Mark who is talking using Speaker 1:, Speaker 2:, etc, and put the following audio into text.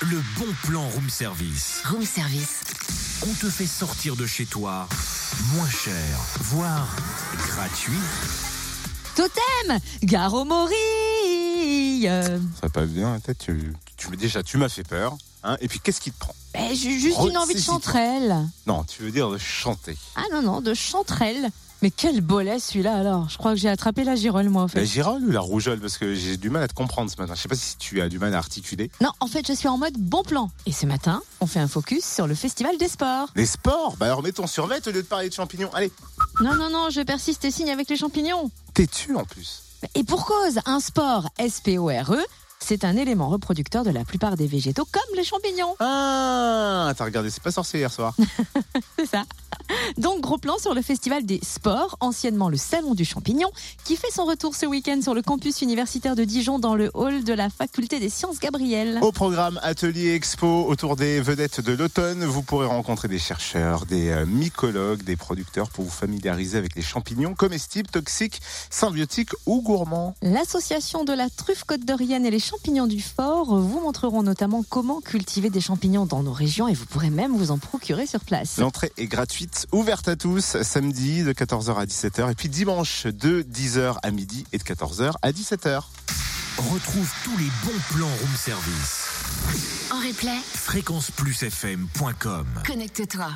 Speaker 1: Le bon plan room service.
Speaker 2: Room service.
Speaker 1: On te fait sortir de chez toi moins cher, voire gratuit.
Speaker 2: Totem Gare aux Eh, morilles
Speaker 3: Ça passe bien, peut-être tu, tu, me- déjà tu m'as fait peur. Hein, et puis qu'est-ce qui te prend
Speaker 2: Eh, J'ai juste une envie de
Speaker 3: Ressaisissant.
Speaker 2: chanterelle.
Speaker 3: Non, tu veux dire de chanter.
Speaker 2: Ah non, non, de chanterelle. Mais quel bolet celui-là alors Je crois que j'ai attrapé la girole moi en
Speaker 3: La
Speaker 2: fait.
Speaker 3: girole ou la rougeole Parce que j'ai du mal à te comprendre ce matin. Je sais pas si tu as du mal à articuler.
Speaker 2: Non, en fait, je suis en mode bon plan. Et ce matin, on fait un focus sur le Festival des Sports.
Speaker 3: Les sports Bah alors mets ton survêt au lieu de parler de champignons. Allez,
Speaker 2: Non, non, non, je persiste et signe avec les champignons.
Speaker 3: têtu en plus.
Speaker 2: Et pour cause, un sport, S-P-O-R-E, E, c'est un élément reproducteur de la plupart des végétaux, comme les champignons.
Speaker 3: Ah, t'as regardé, c'est pas sorcier hier soir.
Speaker 2: C'est ça. Donc, gros plan sur le Festival des Sports, anciennement le Salon du Champignon, qui fait son retour ce week-end sur le campus universitaire de Dijon dans le hall de la Faculté des Sciences Gabriel.
Speaker 3: Au programme Atelier Expo autour des vedettes de l'automne, vous pourrez rencontrer des chercheurs, des euh, mycologues, des producteurs pour vous familiariser avec les champignons comestibles, toxiques, symbiotiques ou gourmands.
Speaker 2: L'association de la truffe côte d'Orienne et les champignons du fort vous montreront notamment comment cultiver des champignons dans nos régions et vous pourrez même vous en procurer sur place.
Speaker 3: L'entrée est gratuite, ouverte à tous, samedi de 14h à 17h et puis dimanche de 10h à midi et de 14h à 17h.
Speaker 1: Retrouve tous les bons plans room service.
Speaker 4: En replay,
Speaker 1: fréquenceplusfm.com
Speaker 4: connecte-toi.